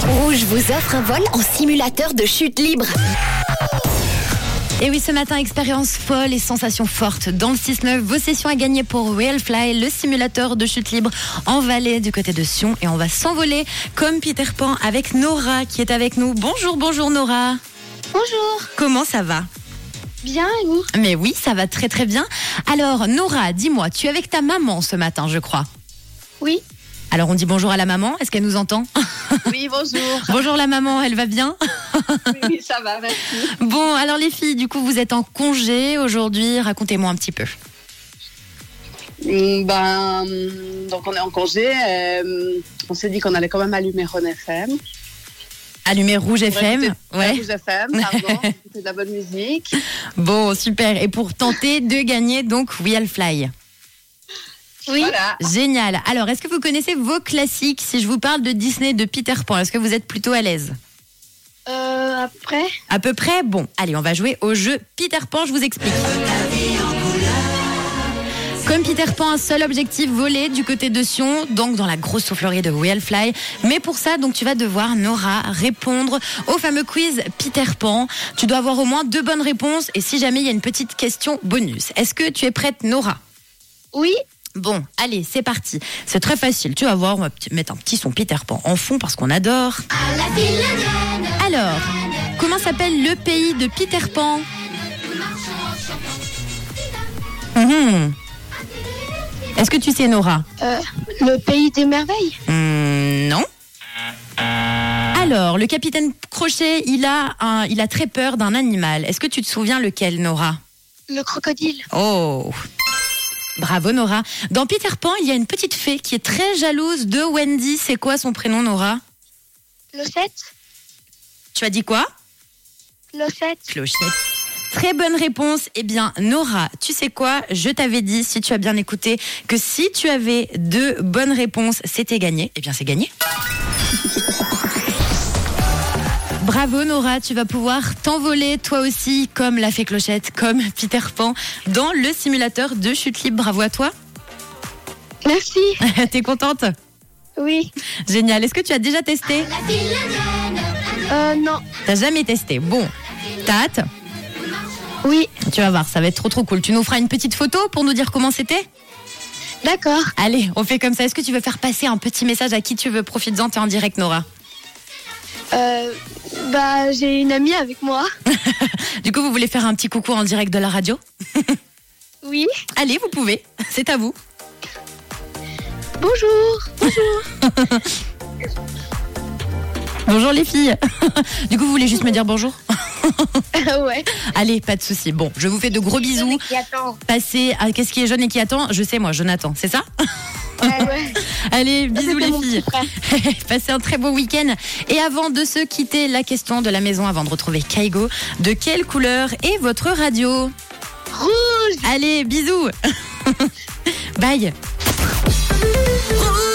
Rouge vous offre un vol en simulateur de chute libre. Et oui, ce matin, expérience folle et sensations fortes. Dans le 6-9, vos sessions à gagner pour Real Fly, le simulateur de chute libre en vallée du côté de Sion. Et on va s'envoler comme Peter Pan avec Nora qui est avec nous. Bonjour, bonjour Nora. Bonjour, Comment ça va bien et vous Mais oui, ça va très très bien. Alors Nora, dis-moi, tu es avec ta maman ce matin, je crois. Oui. Alors on dit bonjour à la maman, est-ce qu'elle nous entend Oui, bonjour. Bonjour la maman, elle va bien oui, oui, ça va, merci. Bon, alors les filles, du coup vous êtes en congé aujourd'hui, racontez-moi un petit peu. Hum, Ben, hum, donc on est en congé. euh, on s'est dit qu'on allait quand même allumer Ron FM. Allumez Rouge écouter- FM, ouais. Rouge FM, pardon. écouter de la bonne musique. Bon, super. Et pour tenter de gagner donc Real Fly. Oui. Voilà. Génial. Alors, est-ce que vous connaissez vos classiques Si je vous parle de Disney, de Peter Pan, est-ce que vous êtes plutôt à l'aise Euh, après À peu près Bon, allez, on va jouer au jeu Peter Pan, je vous explique. Comme Peter Pan, un seul objectif volé du côté de Sion, donc dans la grosse soufflerie de Real Fly. Mais pour ça, donc tu vas devoir, Nora, répondre au fameux quiz Peter Pan. Tu dois avoir au moins deux bonnes réponses et si jamais il y a une petite question bonus. Est-ce que tu es prête, Nora Oui. Bon, allez, c'est parti. C'est très facile. Tu vas voir, on va petit- mettre un petit son Peter Pan en fond parce qu'on adore. Alors, comment s'appelle le pays de Peter Pan Mhm. Est-ce que tu sais, Nora Le pays des merveilles Hmm, Non. Alors, le capitaine Crochet, il a, un- il a très peur d'un animal. Est-ce que tu te souviens lequel, Nora Le crocodile Oh Bravo Nora. Dans Peter Pan, il y a une petite fée qui est très jalouse de Wendy. C'est quoi son prénom Nora L'ossette Tu as dit quoi L'ossette Clochette. Très bonne réponse. Eh bien Nora, tu sais quoi Je t'avais dit, si tu as bien écouté, que si tu avais deux bonnes réponses, c'était gagné. Eh bien c'est gagné. Bravo Nora, tu vas pouvoir t'envoler toi aussi comme la fée Clochette, comme Peter Pan dans le simulateur de chute libre. Bravo à toi. Merci. T'es contente Oui. Génial. Est-ce que tu as déjà testé Euh, non. T'as jamais testé. Bon, t'as hâte Oui. Tu vas voir, ça va être trop trop cool. Tu nous feras une petite photo pour nous dire comment c'était D'accord. Allez, on fait comme ça. Est-ce que tu veux faire passer un petit message à qui tu veux Profites-en, t'es en direct, Nora. Euh, bah, j'ai une amie avec moi. Du coup, vous voulez faire un petit coucou en direct de la radio Oui. Allez, vous pouvez. C'est à vous. Bonjour. Bonjour les filles. Du coup, vous voulez juste me dire bonjour ouais. Allez, pas de souci. Bon, je vous fais de gros bisous. J'attends. Passez à Qu'est-ce qui est jeune et qui attend Je sais, moi, Jonathan, c'est ça Ouais, ouais. Allez, bisous C'était les mon petit filles. frère. Passez un très beau week-end. Et avant de se quitter, la question de la maison avant de retrouver Kaigo. De quelle couleur est votre radio Rouge Allez, bisous Bye Rouge.